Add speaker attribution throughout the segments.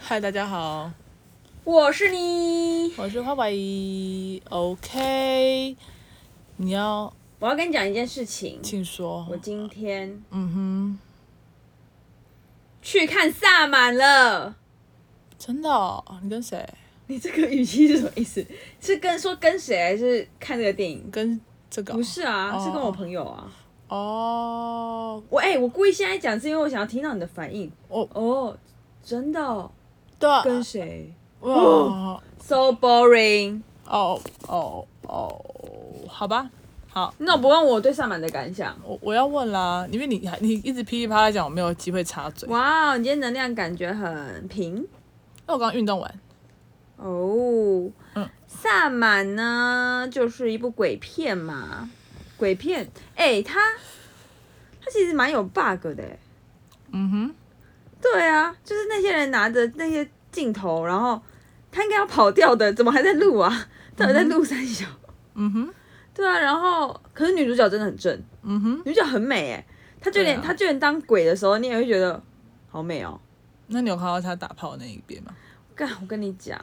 Speaker 1: 嗨，大家好，
Speaker 2: 我是你，
Speaker 1: 我是花白姨。OK，你要
Speaker 2: 我要跟你讲一件事情。
Speaker 1: 请说。
Speaker 2: 我今天
Speaker 1: 嗯
Speaker 2: 去看萨满了。
Speaker 1: 哼，真的哦、你跟谁？
Speaker 2: 你这个语气是什么意思？是跟说跟谁，还是看这个电影？
Speaker 1: 跟这个哦？
Speaker 2: 不是啊，
Speaker 1: 哦
Speaker 2: 是跟我朋友啊。
Speaker 1: 哦，
Speaker 2: 我哎、我故意现在讲是因为我想要听到你的反应。
Speaker 1: 哦
Speaker 2: 哦，真的哦、
Speaker 1: 对啊，
Speaker 2: 跟谁
Speaker 1: 哦
Speaker 2: ？So boring。
Speaker 1: 哦哦哦，好吧，好，
Speaker 2: 你怎么不问我对萨满的感想？
Speaker 1: 我我要问啦，因为你还你一直噼里啪啦讲，我没有机会插嘴。
Speaker 2: 哇你今天能量感觉很平
Speaker 1: 那我刚刚运动完，
Speaker 2: 哦。
Speaker 1: 嗯
Speaker 2: 萨满呢，就是一部鬼片嘛，鬼片。哎、它它其实蛮有 bug 的、欸。
Speaker 1: 嗯哼，
Speaker 2: 对啊，就是那些人拿着那些镜头，然后他应该要跑掉的，怎么还在录啊？到底在录三小？
Speaker 1: 嗯哼，
Speaker 2: 对啊，然后可是女主角真的很正，
Speaker 1: 嗯哼，
Speaker 2: 女主角很美哎、她就连、
Speaker 1: 对啊
Speaker 2: 她就连当鬼的时候，你也会觉得好美哦、
Speaker 1: 那你有看到他打炮那一边吗？
Speaker 2: 干，我跟你讲，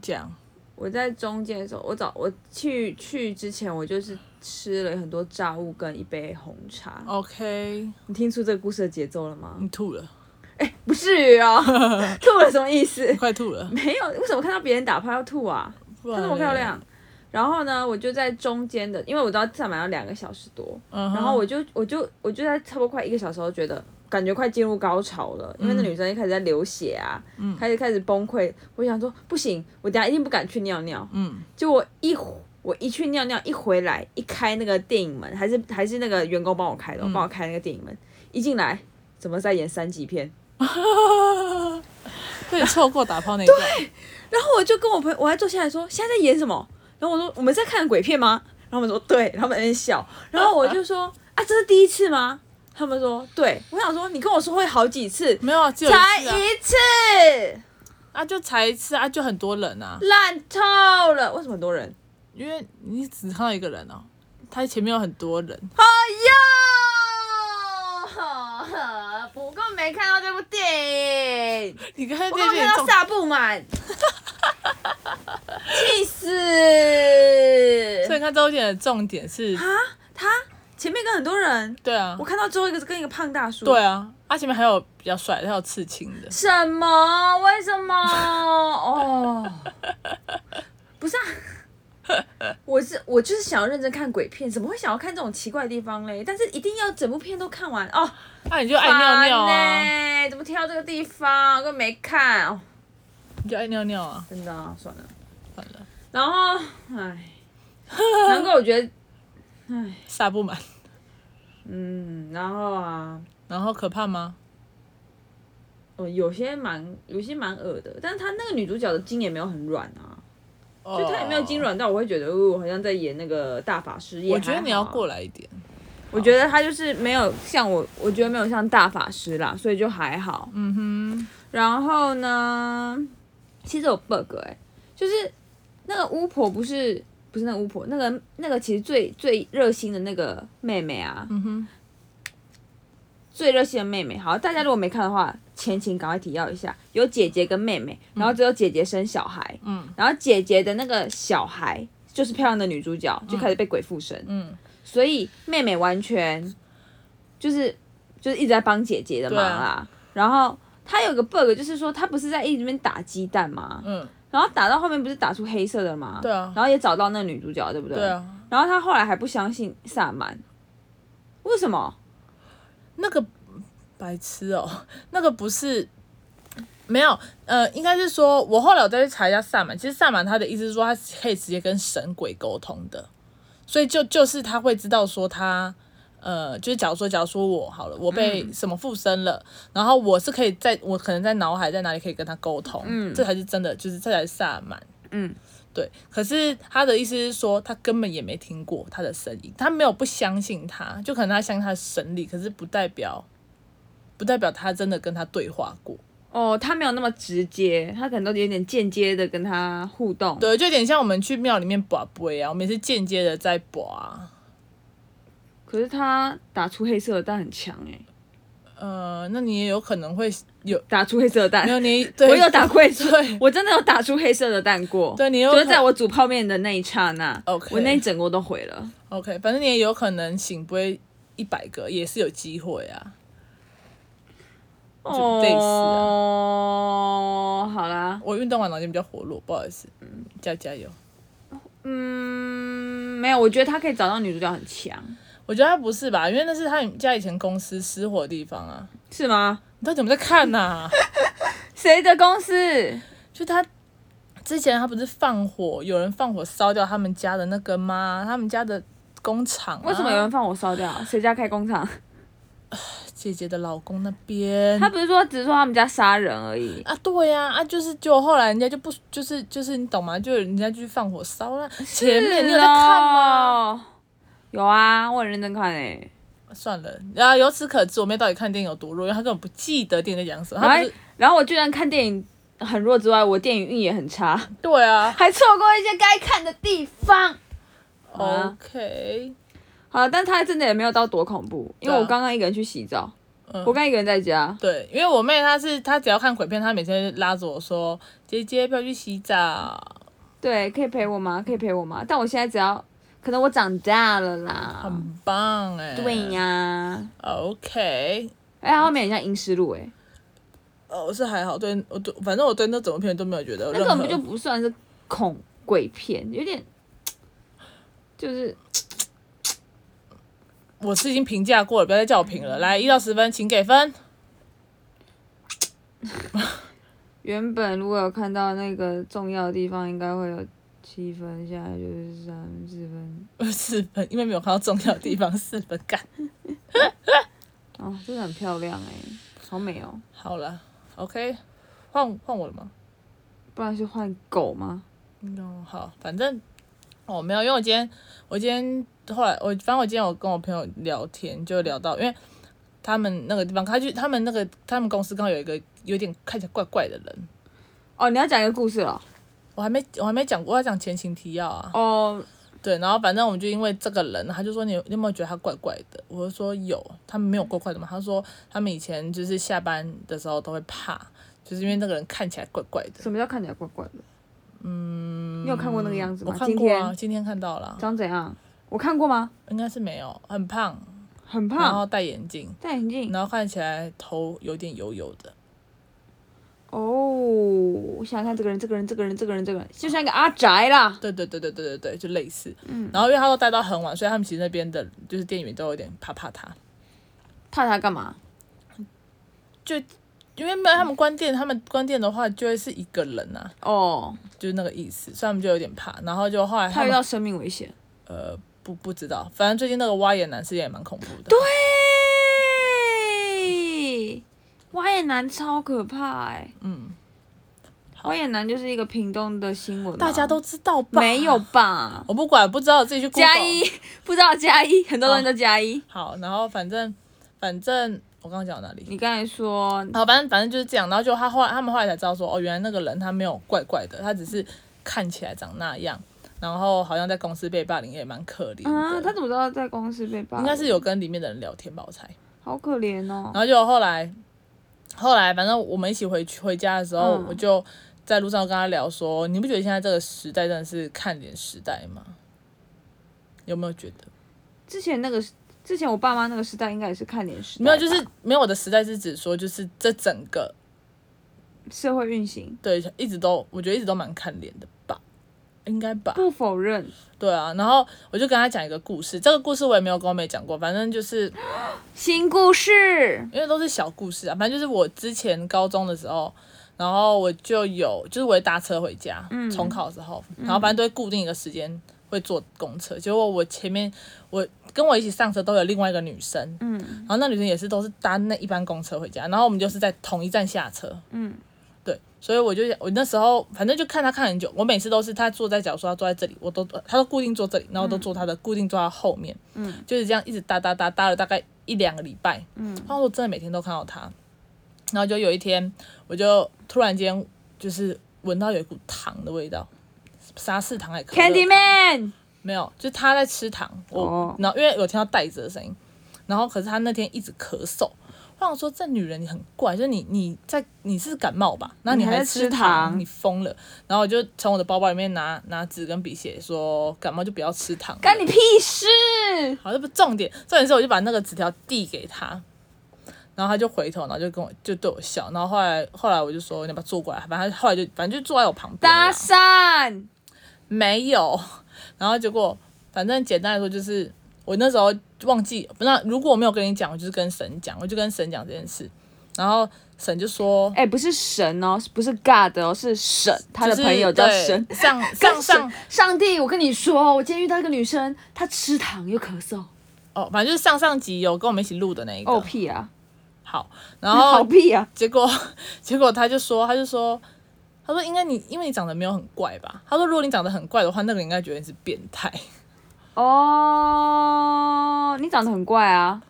Speaker 1: 这样，
Speaker 2: 我在中间的时候，我早我去去之前，我就是吃了很多炸物跟一杯红茶。
Speaker 1: OK，
Speaker 2: 你听出这个故事的节奏了吗？
Speaker 1: 你吐了，
Speaker 2: 不至于哦， 吐了什么意思
Speaker 1: 你？快吐了，
Speaker 2: 没有，为什么看到别人打炮要吐啊？
Speaker 1: 不
Speaker 2: 她
Speaker 1: 然
Speaker 2: 那么
Speaker 1: 嘞
Speaker 2: 漂亮。。然后呢，我就在中间的，因为我知道上满要两个小时多，
Speaker 1: 嗯哼，
Speaker 2: 然后我就我就我就在差不多快一个小时后，觉得感觉快进入高潮了，因为那
Speaker 1: 嗯
Speaker 2: 女生一开始在流血啊，
Speaker 1: 嗯
Speaker 2: 开始开始崩溃。我想说不行，我等一下一定不敢去尿尿。
Speaker 1: 嗯
Speaker 2: 就我一回我一去尿尿，一回来一开那个电影门，还是还是那个员工帮我开的，
Speaker 1: 嗯
Speaker 2: 帮我开那个电影门，一进来怎么在演三级片？
Speaker 1: 被你错过打炮那一段，
Speaker 2: 然后我就跟我朋友，我还坐下来说现在在演什么？然后我说我们在看鬼片吗？然后他们说对，然后他们在那边笑，然后我就说啊这是第一次吗？他们说对，我想说你跟我说会好几次，
Speaker 1: 没有啊，只有一
Speaker 2: 才
Speaker 1: 次啊，
Speaker 2: 一次，
Speaker 1: 啊就才一次啊，就很多人啊，
Speaker 2: 烂透了。为什么很多人？
Speaker 1: 因为你只看到一个人哦，他前面有很多人，
Speaker 2: 哎呦，不过没看到这部电影。
Speaker 1: 你刚才
Speaker 2: 我
Speaker 1: 这
Speaker 2: 刚刚
Speaker 1: 边
Speaker 2: 看到
Speaker 1: 中
Speaker 2: 萨布满，气
Speaker 1: 所以
Speaker 2: 死！
Speaker 1: 你看周点的重点是，
Speaker 2: 啊，他前面跟很多人，
Speaker 1: 对啊
Speaker 2: 我，看到最后一个是跟一个胖大叔。
Speaker 1: 对，啊，啊前面还有比较帅的，还有刺青的，
Speaker 2: 什么？为什么？哦，不是啊。我是我就是想要认真看鬼片，怎么会想要看这种奇怪的地方嘞？但是一定要整部片都看完哦，
Speaker 1: 啊你就爱尿尿
Speaker 2: 烦
Speaker 1: 啊，
Speaker 2: 欸怎么挑这个地方？我没看哦，
Speaker 1: 你就爱尿尿啊，
Speaker 2: 真的啊、算了。
Speaker 1: 算了，
Speaker 2: 然后，唉，难怪我觉得，
Speaker 1: 撒不满，
Speaker 2: 嗯，然后啊，
Speaker 1: 然后可怕吗？
Speaker 2: 哦，有些蛮有些蛮恶的，但是他那个女主角的筋也没有很软啊，
Speaker 1: 就
Speaker 2: 就她也没有筋，软到我会觉得，哦，好像在演那个大法师。也
Speaker 1: 哦我觉得
Speaker 2: 还
Speaker 1: 你要
Speaker 2: 好啊
Speaker 1: 过，来一点，
Speaker 2: 我觉得她就是没有像我，我觉得没有像大法师啦，所以就还好。
Speaker 1: 嗯哼，
Speaker 2: 然后呢，其实有 bug 哎、就是那个巫婆不是不是那个巫婆，那个那个其实最最热心的那个妹妹啊，
Speaker 1: 嗯哼，
Speaker 2: 最热心的妹妹。好，大家如果没看的话，前情赶快提要一下，有姐姐跟妹妹，然后只有姐姐生小孩，
Speaker 1: 嗯
Speaker 2: 然后姐姐的那个小孩就是漂亮的女主角，就开始被鬼附身，
Speaker 1: 嗯，
Speaker 2: 所以妹妹完全就是就是一直在帮姐姐的忙
Speaker 1: 对
Speaker 2: 啦。然后她有个 bug，就是说她不是在一直那边打鸡蛋吗？
Speaker 1: 嗯，
Speaker 2: 然后打到后面不是打出黑色的吗？
Speaker 1: 对啊
Speaker 2: 然后也找到那女主角，对不对？
Speaker 1: 对。啊，
Speaker 2: 然后她后来还不相信萨满，为什么？
Speaker 1: 那个白痴哦、 那个不是没有，呃，应该是说，我后来我再去查一下萨满，其实萨满他的意思是说，他是可以直接跟神鬼沟通的，所以就就是他会知道说他。呃，就是假如说，假如说我好了，我被什么附身了，然后我是可以在，我可能在脑海在哪里可以跟他沟通，
Speaker 2: 嗯
Speaker 1: 这才是真的，就是这才是萨满。
Speaker 2: 嗯，
Speaker 1: 对，可是他的意思是说，他根本也没听过他的声音，他没有不相信他，就可能他相信他的神力，可是不代表，不代表他真的跟他对话过。
Speaker 2: 哦，他没有那么直接，他可能都有点间接的跟他互动。
Speaker 1: 对，就有点像我们去庙里面卜杯啊，我们也是间接的在卜啊。
Speaker 2: 可是他打出黑色的蛋很强哎、
Speaker 1: 呃，那你也有可能会有，
Speaker 2: 打出黑色的蛋
Speaker 1: 没。有你 对，
Speaker 2: 我有打过黑色
Speaker 1: 对，
Speaker 2: 我真的有打出黑色的蛋过。
Speaker 1: 对你有
Speaker 2: 就是在我煮泡面的那一刹那
Speaker 1: OK
Speaker 2: 我那一整锅都毁了。
Speaker 1: OK，反正你也有可能醒不会一百个，也是有机会啊。就类似啊
Speaker 2: 哦，好啦，
Speaker 1: 我运动完脑筋比较活络，不好意思，加加油。
Speaker 2: 嗯，没有，我觉得他可以找到女主角很强，
Speaker 1: 我觉得他不是吧，因为那是他家以前公司失火的地方啊。
Speaker 2: 是吗？
Speaker 1: 你到底有没有在看呐、
Speaker 2: 谁的公司？
Speaker 1: 就他之前他不是放火，有人放火烧掉他们家的那个吗？他们家的工厂、啊。
Speaker 2: 为什么有人放火烧掉？谁家开工厂？
Speaker 1: 姐姐的老公那边？
Speaker 2: 他不是说只是说他们家杀人而已，
Speaker 1: 啊，对呀、啊，就是就后来人家就不就是就是你懂吗？就人家就去放火烧了。
Speaker 2: 啊
Speaker 1: 前面你有在看吗？
Speaker 2: 吗？有啊，我很认真看诶、
Speaker 1: 算了，然后由此可知，我妹到底看电影有多弱，因为她根本不记得电影在讲什么。她
Speaker 2: 然
Speaker 1: 不
Speaker 2: 后
Speaker 1: 是，
Speaker 2: 然后我居然看电影很弱之外，我电影运也很差，
Speaker 1: 对啊
Speaker 2: 还错过一些该看的地方。啊
Speaker 1: ，OK，
Speaker 2: 好了，但他真的也没有到多恐怖，因为
Speaker 1: 对啊
Speaker 2: 我刚刚一个人去洗澡，
Speaker 1: 嗯
Speaker 2: 我刚一个人在家。
Speaker 1: 对，因为我妹她是她只要看鬼片，她每天就拉着我说：“姐姐不要去洗澡，
Speaker 2: 对，可以陪我吗？可以陪我吗？但我现在只要，可能我长大了啦。
Speaker 1: 很嗯棒哎、
Speaker 2: 啊对呀、
Speaker 1: ，OK，
Speaker 2: 哎、后面很像《阴尸路》哎，
Speaker 1: 呃，我是还好，对我对，反正我对那整部片都没有觉得有
Speaker 2: 那
Speaker 1: 任
Speaker 2: 根
Speaker 1: 何
Speaker 2: 本就不算是恐鬼片，有点就是
Speaker 1: 我是已经评价过了，不要再叫我评
Speaker 2: 嗯
Speaker 1: 了。来，一到十分，请给分。
Speaker 2: 原本如果有看到那个重要的地方，应该会有七分，现在就是三四分。
Speaker 1: 四分，因为没有看到重要的地方，四分干。
Speaker 2: 哦，真的很漂亮哎、好美哦！
Speaker 1: 好了，OK，换换我了吗？
Speaker 2: 不然是换狗吗？
Speaker 1: 嗯，好，反正哦没有，因为我今天我今天后来我反正我今天我跟我朋友聊天，就聊到因为他们那个地方，他去他们那个他们公司刚好有一个有点看起来怪怪的人，
Speaker 2: 哦，你要讲一个故事了
Speaker 1: 我还没我还没讲过，我要讲前情提要啊。
Speaker 2: 哦。
Speaker 1: 对，然后反正我们就因为这个人，他就说你有你有没有觉得他怪怪的？我就说有，他们没有怪怪的嘛。他说他们以前就是下班的时候都会怕，就是因为那个人看起来怪怪的。
Speaker 2: 什么叫看起来怪怪的？嗯，你有看过那个样子
Speaker 1: 我
Speaker 2: 吗？
Speaker 1: 看
Speaker 2: 今
Speaker 1: 过啊，
Speaker 2: 天
Speaker 1: 今天看到了，
Speaker 2: 长怎样？我看过吗？
Speaker 1: 应该是没有，很胖，
Speaker 2: 很
Speaker 1: 然
Speaker 2: 胖，嗯
Speaker 1: 后戴眼镜，
Speaker 2: 戴眼镜。
Speaker 1: 然后看起来头有点油油的。
Speaker 2: 哦，我想想看这个人，这个人，这个人，这个人，这个人，就像一个阿宅啦。
Speaker 1: 对对对对对对对，就类似。
Speaker 2: 嗯
Speaker 1: 然后因为他都待到很晚，所以他们其实那边的就是店员都有点怕怕他，
Speaker 2: 怕他干嘛？
Speaker 1: 因为没有他们关店，他们关店的话就会是一个人啊，
Speaker 2: 哦，
Speaker 1: 就是那个意思，所以他们就有点怕。然后就后来
Speaker 2: 他遇
Speaker 1: 们
Speaker 2: 到生命危险。
Speaker 1: 呃不不知道，反正最近那个挖眼男事件也蛮恐怖的。对，
Speaker 2: 对，挖眼男超可怕哎、
Speaker 1: 嗯，
Speaker 2: 挖眼男就是一个屏东的新闻嘛，啊
Speaker 1: 大家都知道吧？
Speaker 2: 没有，吧？
Speaker 1: 我不管，不知道自己去 Google
Speaker 2: 加一，不知道加一，很多人都加一。
Speaker 1: 好，然后反正反正我刚刚讲到哪里？
Speaker 2: 你刚才说
Speaker 1: 好，反正反正就是这样。然后就他后来他们后来才知道说，哦，原来那个人他没有怪怪的，他只是看起来长那样，然后好像在公司被霸凌也蛮可怜
Speaker 2: 啊，他
Speaker 1: 的。
Speaker 2: 怎么知道在公司被霸凌？
Speaker 1: 应该是有跟里面的人聊天吧，我猜。
Speaker 2: 好可怜哦
Speaker 1: 然。后就后来后来反正我们一起回去回家的时候，
Speaker 2: 嗯
Speaker 1: 我就在路上跟他聊说，你不觉得现在这个时代真的是看脸时代吗？有没有觉得？
Speaker 2: 之前那个之前我爸妈那个时代应该也是看脸时代
Speaker 1: 没
Speaker 2: 吧，
Speaker 1: 有，就是没有我的时代是指说，就是这整个
Speaker 2: 社会运行，
Speaker 1: 对一直都，我觉得一直都蛮看脸的吧，应该吧。
Speaker 2: 不否认。
Speaker 1: 对啊，然后我就跟他讲一个故事，这个故事我也没有跟我妹讲过，反正就是
Speaker 2: 新故事，
Speaker 1: 因为都是小故事啊，反正就是我之前高中的时候，然后我就有就是我会搭车回家，
Speaker 2: 嗯
Speaker 1: 重考的时候，然后反正都会固定一个时间会坐公车，结果我前面我跟我一起上车都有另外一个女生，
Speaker 2: 嗯
Speaker 1: 然后那女生也是都是搭那一班公车回家，然后我们就是在同一站下车，
Speaker 2: 嗯，
Speaker 1: 对，所以我就我那时候反正就看他看很久，我每次都是他坐在假如说他坐在这里，我都他都固定坐这里，然后我都坐他的、固定坐他后面，
Speaker 2: 嗯，
Speaker 1: 就是这样一直搭搭搭搭了大概一两个礼拜，
Speaker 2: 嗯，
Speaker 1: 然后我真的每天都看到他，然后就有一天我就突然间就是闻到有一股糖的味道，沙士糖还可乐糖
Speaker 2: Candy Man，
Speaker 1: 没有，就是他在吃糖，我、
Speaker 2: 哦
Speaker 1: 然后因为有听到袋子的声音，然后可是他那天一直咳嗽，我想说这女人你很怪，就是你你在你是感冒吧，然后你
Speaker 2: 你还在
Speaker 1: 吃
Speaker 2: 吃
Speaker 1: 糖，
Speaker 2: 糖
Speaker 1: 你疯了。然后我就从我的包包里面拿拿纸跟笔写说感冒就不要吃糖。
Speaker 2: 干你屁事！
Speaker 1: 好，这不重点，重点是我就把那个纸条递给他，然后他就回头，然后就跟我就对我笑，然后后来后来我就说你要不要坐过来，反正他后来就反正就坐在我旁边啦
Speaker 2: 搭讪，
Speaker 1: 没有， 然后结果反正简单来说就是我那时候忘记，不那如果我没有跟你讲，我就是跟神讲，我就跟神讲这件事，然后神就说。
Speaker 2: 哎、不是神哦，不是 God 哦，是神，他的
Speaker 1: 就是
Speaker 2: 朋友叫
Speaker 1: 对
Speaker 2: 神。
Speaker 1: 上
Speaker 2: 上
Speaker 1: 上
Speaker 2: 上
Speaker 1: 上
Speaker 2: 上帝，我跟你说，哦我今天遇到一个女生，她吃糖又咳嗽，
Speaker 1: 哦，反正就是上上集有跟我们一起录的那一个。
Speaker 2: 哦屁啊，
Speaker 1: 好，然
Speaker 2: 好
Speaker 1: 后
Speaker 2: 屁啊！
Speaker 1: 结果 结果他就说，他就说，他说应该你因为你长得没有很怪吧？他说如果你长得很怪的话，那个人应该觉得你是变态。
Speaker 2: 哦，你长得很怪啊，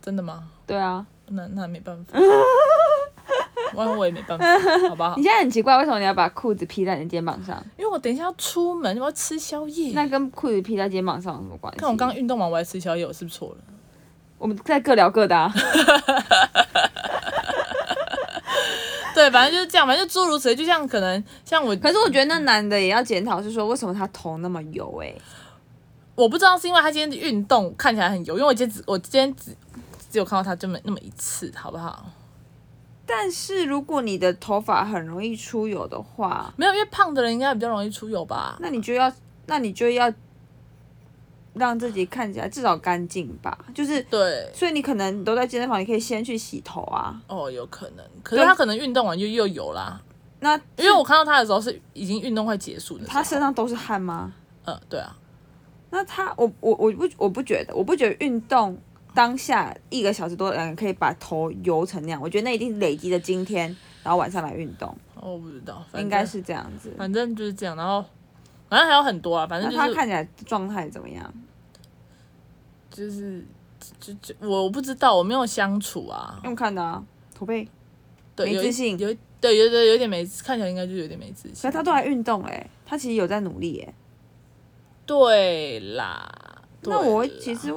Speaker 1: 真的吗？
Speaker 2: 对啊，
Speaker 1: 那那没办 法，我我也没办法，好不好
Speaker 2: 你？现在很奇怪，为什么你要把裤子披在你的肩膀上？
Speaker 1: 因为我等一下要出门，我要吃宵夜。
Speaker 2: 那跟裤子披在肩膀上有什么关系？
Speaker 1: 看我刚刚运动完，我还吃宵夜，我是不是错了？
Speaker 2: 我们再各聊各的、啊。
Speaker 1: 对，反正就是这样，反正就诸如此类，就像可能像我，
Speaker 2: 可是我觉得那男的也要检讨，是说为什么他头那么油、欸？
Speaker 1: 我不知道是因为他今天运动看起来很油，因为我今天只我今天只只有看到他这么那么一次，好不好？
Speaker 2: 但是如果你的头发很容易出油的话，
Speaker 1: 没有，因为胖的人应该比较容易出油吧？
Speaker 2: 那你就要，那你就要让自己看起来至少干净吧。就是，
Speaker 1: 对，
Speaker 2: 所以你可能都在健身房，你可以先去洗头啊。
Speaker 1: 哦，有可能，可是他可能运动完就又有啦，
Speaker 2: 那
Speaker 1: 因为我看到他的时候是已经运动快结束的时候，
Speaker 2: 他身上都是汗吗？
Speaker 1: 嗯，对啊，
Speaker 2: 那他，我我我不我不觉得，我不觉得运动当下一个小时多，嗯，可以把头油成那样。我觉得那一定累积的今天，然后晚上来运动，
Speaker 1: 哦我不知道，反正
Speaker 2: 应该，是这样子。
Speaker 1: 反正就是这样，然后反正还有很多啊，反
Speaker 2: 那
Speaker 1: 正就
Speaker 2: 他
Speaker 1: 是
Speaker 2: 看起来状态怎么样？
Speaker 1: 就是就就我不知道，我没有相处啊，
Speaker 2: 用看的啊，驼背。
Speaker 1: 对，
Speaker 2: 没
Speaker 1: 有一
Speaker 2: 自信
Speaker 1: 有一对有对有点没，看起来应该就是啊有点没自
Speaker 2: 可
Speaker 1: 信。
Speaker 2: 是他都还运动嘞、他其实有在努力耶、
Speaker 1: 对啦，对啊
Speaker 2: 那我
Speaker 1: 啦
Speaker 2: 其实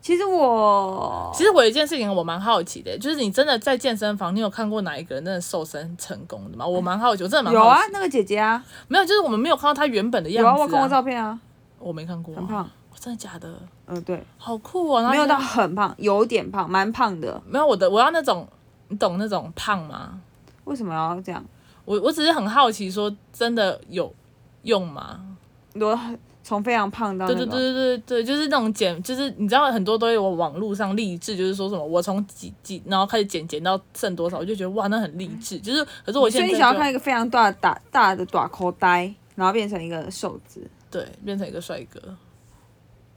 Speaker 2: 其实我
Speaker 1: 其实我有一件事情我蛮好奇的，就是你真的在健身房，你有看过哪一个人真的瘦身成功的吗？我蛮好奇，我真的蛮
Speaker 2: 有
Speaker 1: 好
Speaker 2: 啊
Speaker 1: 奇，，
Speaker 2: 那个姐姐啊，
Speaker 1: 没有，就是我们没有看到他原本的样
Speaker 2: 有
Speaker 1: 子、
Speaker 2: 啊，我看过照片啊，
Speaker 1: 我没看过、啊，
Speaker 2: 很胖，
Speaker 1: 哦真的假的？
Speaker 2: 嗯、对，
Speaker 1: 好酷哦！然后
Speaker 2: 没有到
Speaker 1: 现在
Speaker 2: 很胖，有点胖，蛮胖的。
Speaker 1: 没有我的，我要那种你懂那种胖吗？
Speaker 2: 为什么要这样？
Speaker 1: 我我只是很好奇，说真的有用吗？
Speaker 2: 我从非常胖到那
Speaker 1: 对
Speaker 2: 种
Speaker 1: 对对对对对，就是那种减，就是你知道很多都有网络上励志，就是说什么我从几几然后开始减减到剩多少，我就觉得哇那很励志。就是可是我现
Speaker 2: 所
Speaker 1: 在
Speaker 2: 以你
Speaker 1: 就
Speaker 2: 想要看一个非常大的大大的短口袋，然后变成一个瘦子。
Speaker 1: 对变成一个帅哥，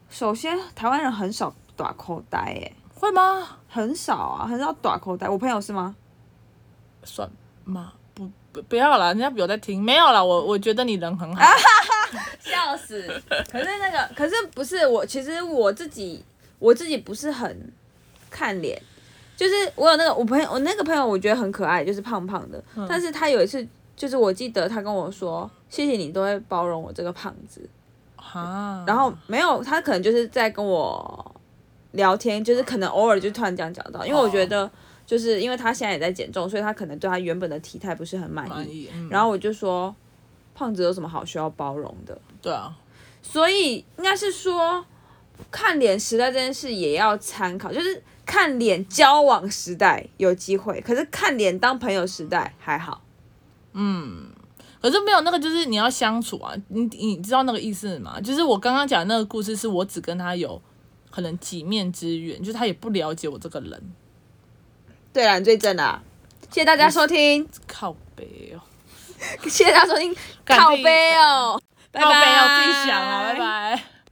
Speaker 2: 首先，台湾人很少短口袋，哎，
Speaker 1: 会吗？
Speaker 2: 很少啊，很少短口袋。我朋友是吗？
Speaker 1: 算吗？不不不要啦，人家有在听，没有啦，我我觉得你人很好。
Speaker 2: 啊笑死！可是那个，可是不是我？其实我自己，我自己不是很看脸，就是我有那个我朋友，我那个朋友我觉得很可爱，就是胖胖的，
Speaker 1: 嗯
Speaker 2: 但是他有一次，就是我记得他跟我说：“谢谢你都会包容我这个胖子。”
Speaker 1: 哈，
Speaker 2: 然后没有，他可能就是在跟我聊天，就是可能偶尔就突然这样讲到，因为我觉得就是因为他现在也在减重，所以他可能对他原本的体态不是很满
Speaker 1: 满
Speaker 2: 意。
Speaker 1: 意，嗯
Speaker 2: 然后我就说，胖子有什么好需要包容的？
Speaker 1: 对啊，
Speaker 2: 所以应该是说，看脸时代这件事也要参考，就是看脸交往时代有机会，可是看脸当朋友时代还好。
Speaker 1: 可是没有那个，就是你要相处啊，你你知道那个意思吗？就是我刚刚讲的那个故事，是我只跟他有可能几面之缘，就是他也不了解我这个人，
Speaker 2: 对啦，你最正啦！谢谢大家收听，
Speaker 1: 靠北哦，
Speaker 2: 谢谢大家收听，
Speaker 1: 干
Speaker 2: 靠
Speaker 1: 自己
Speaker 2: 背哦，拜
Speaker 1: 靠
Speaker 2: 拜
Speaker 1: 北哦，自己想啊，拜拜。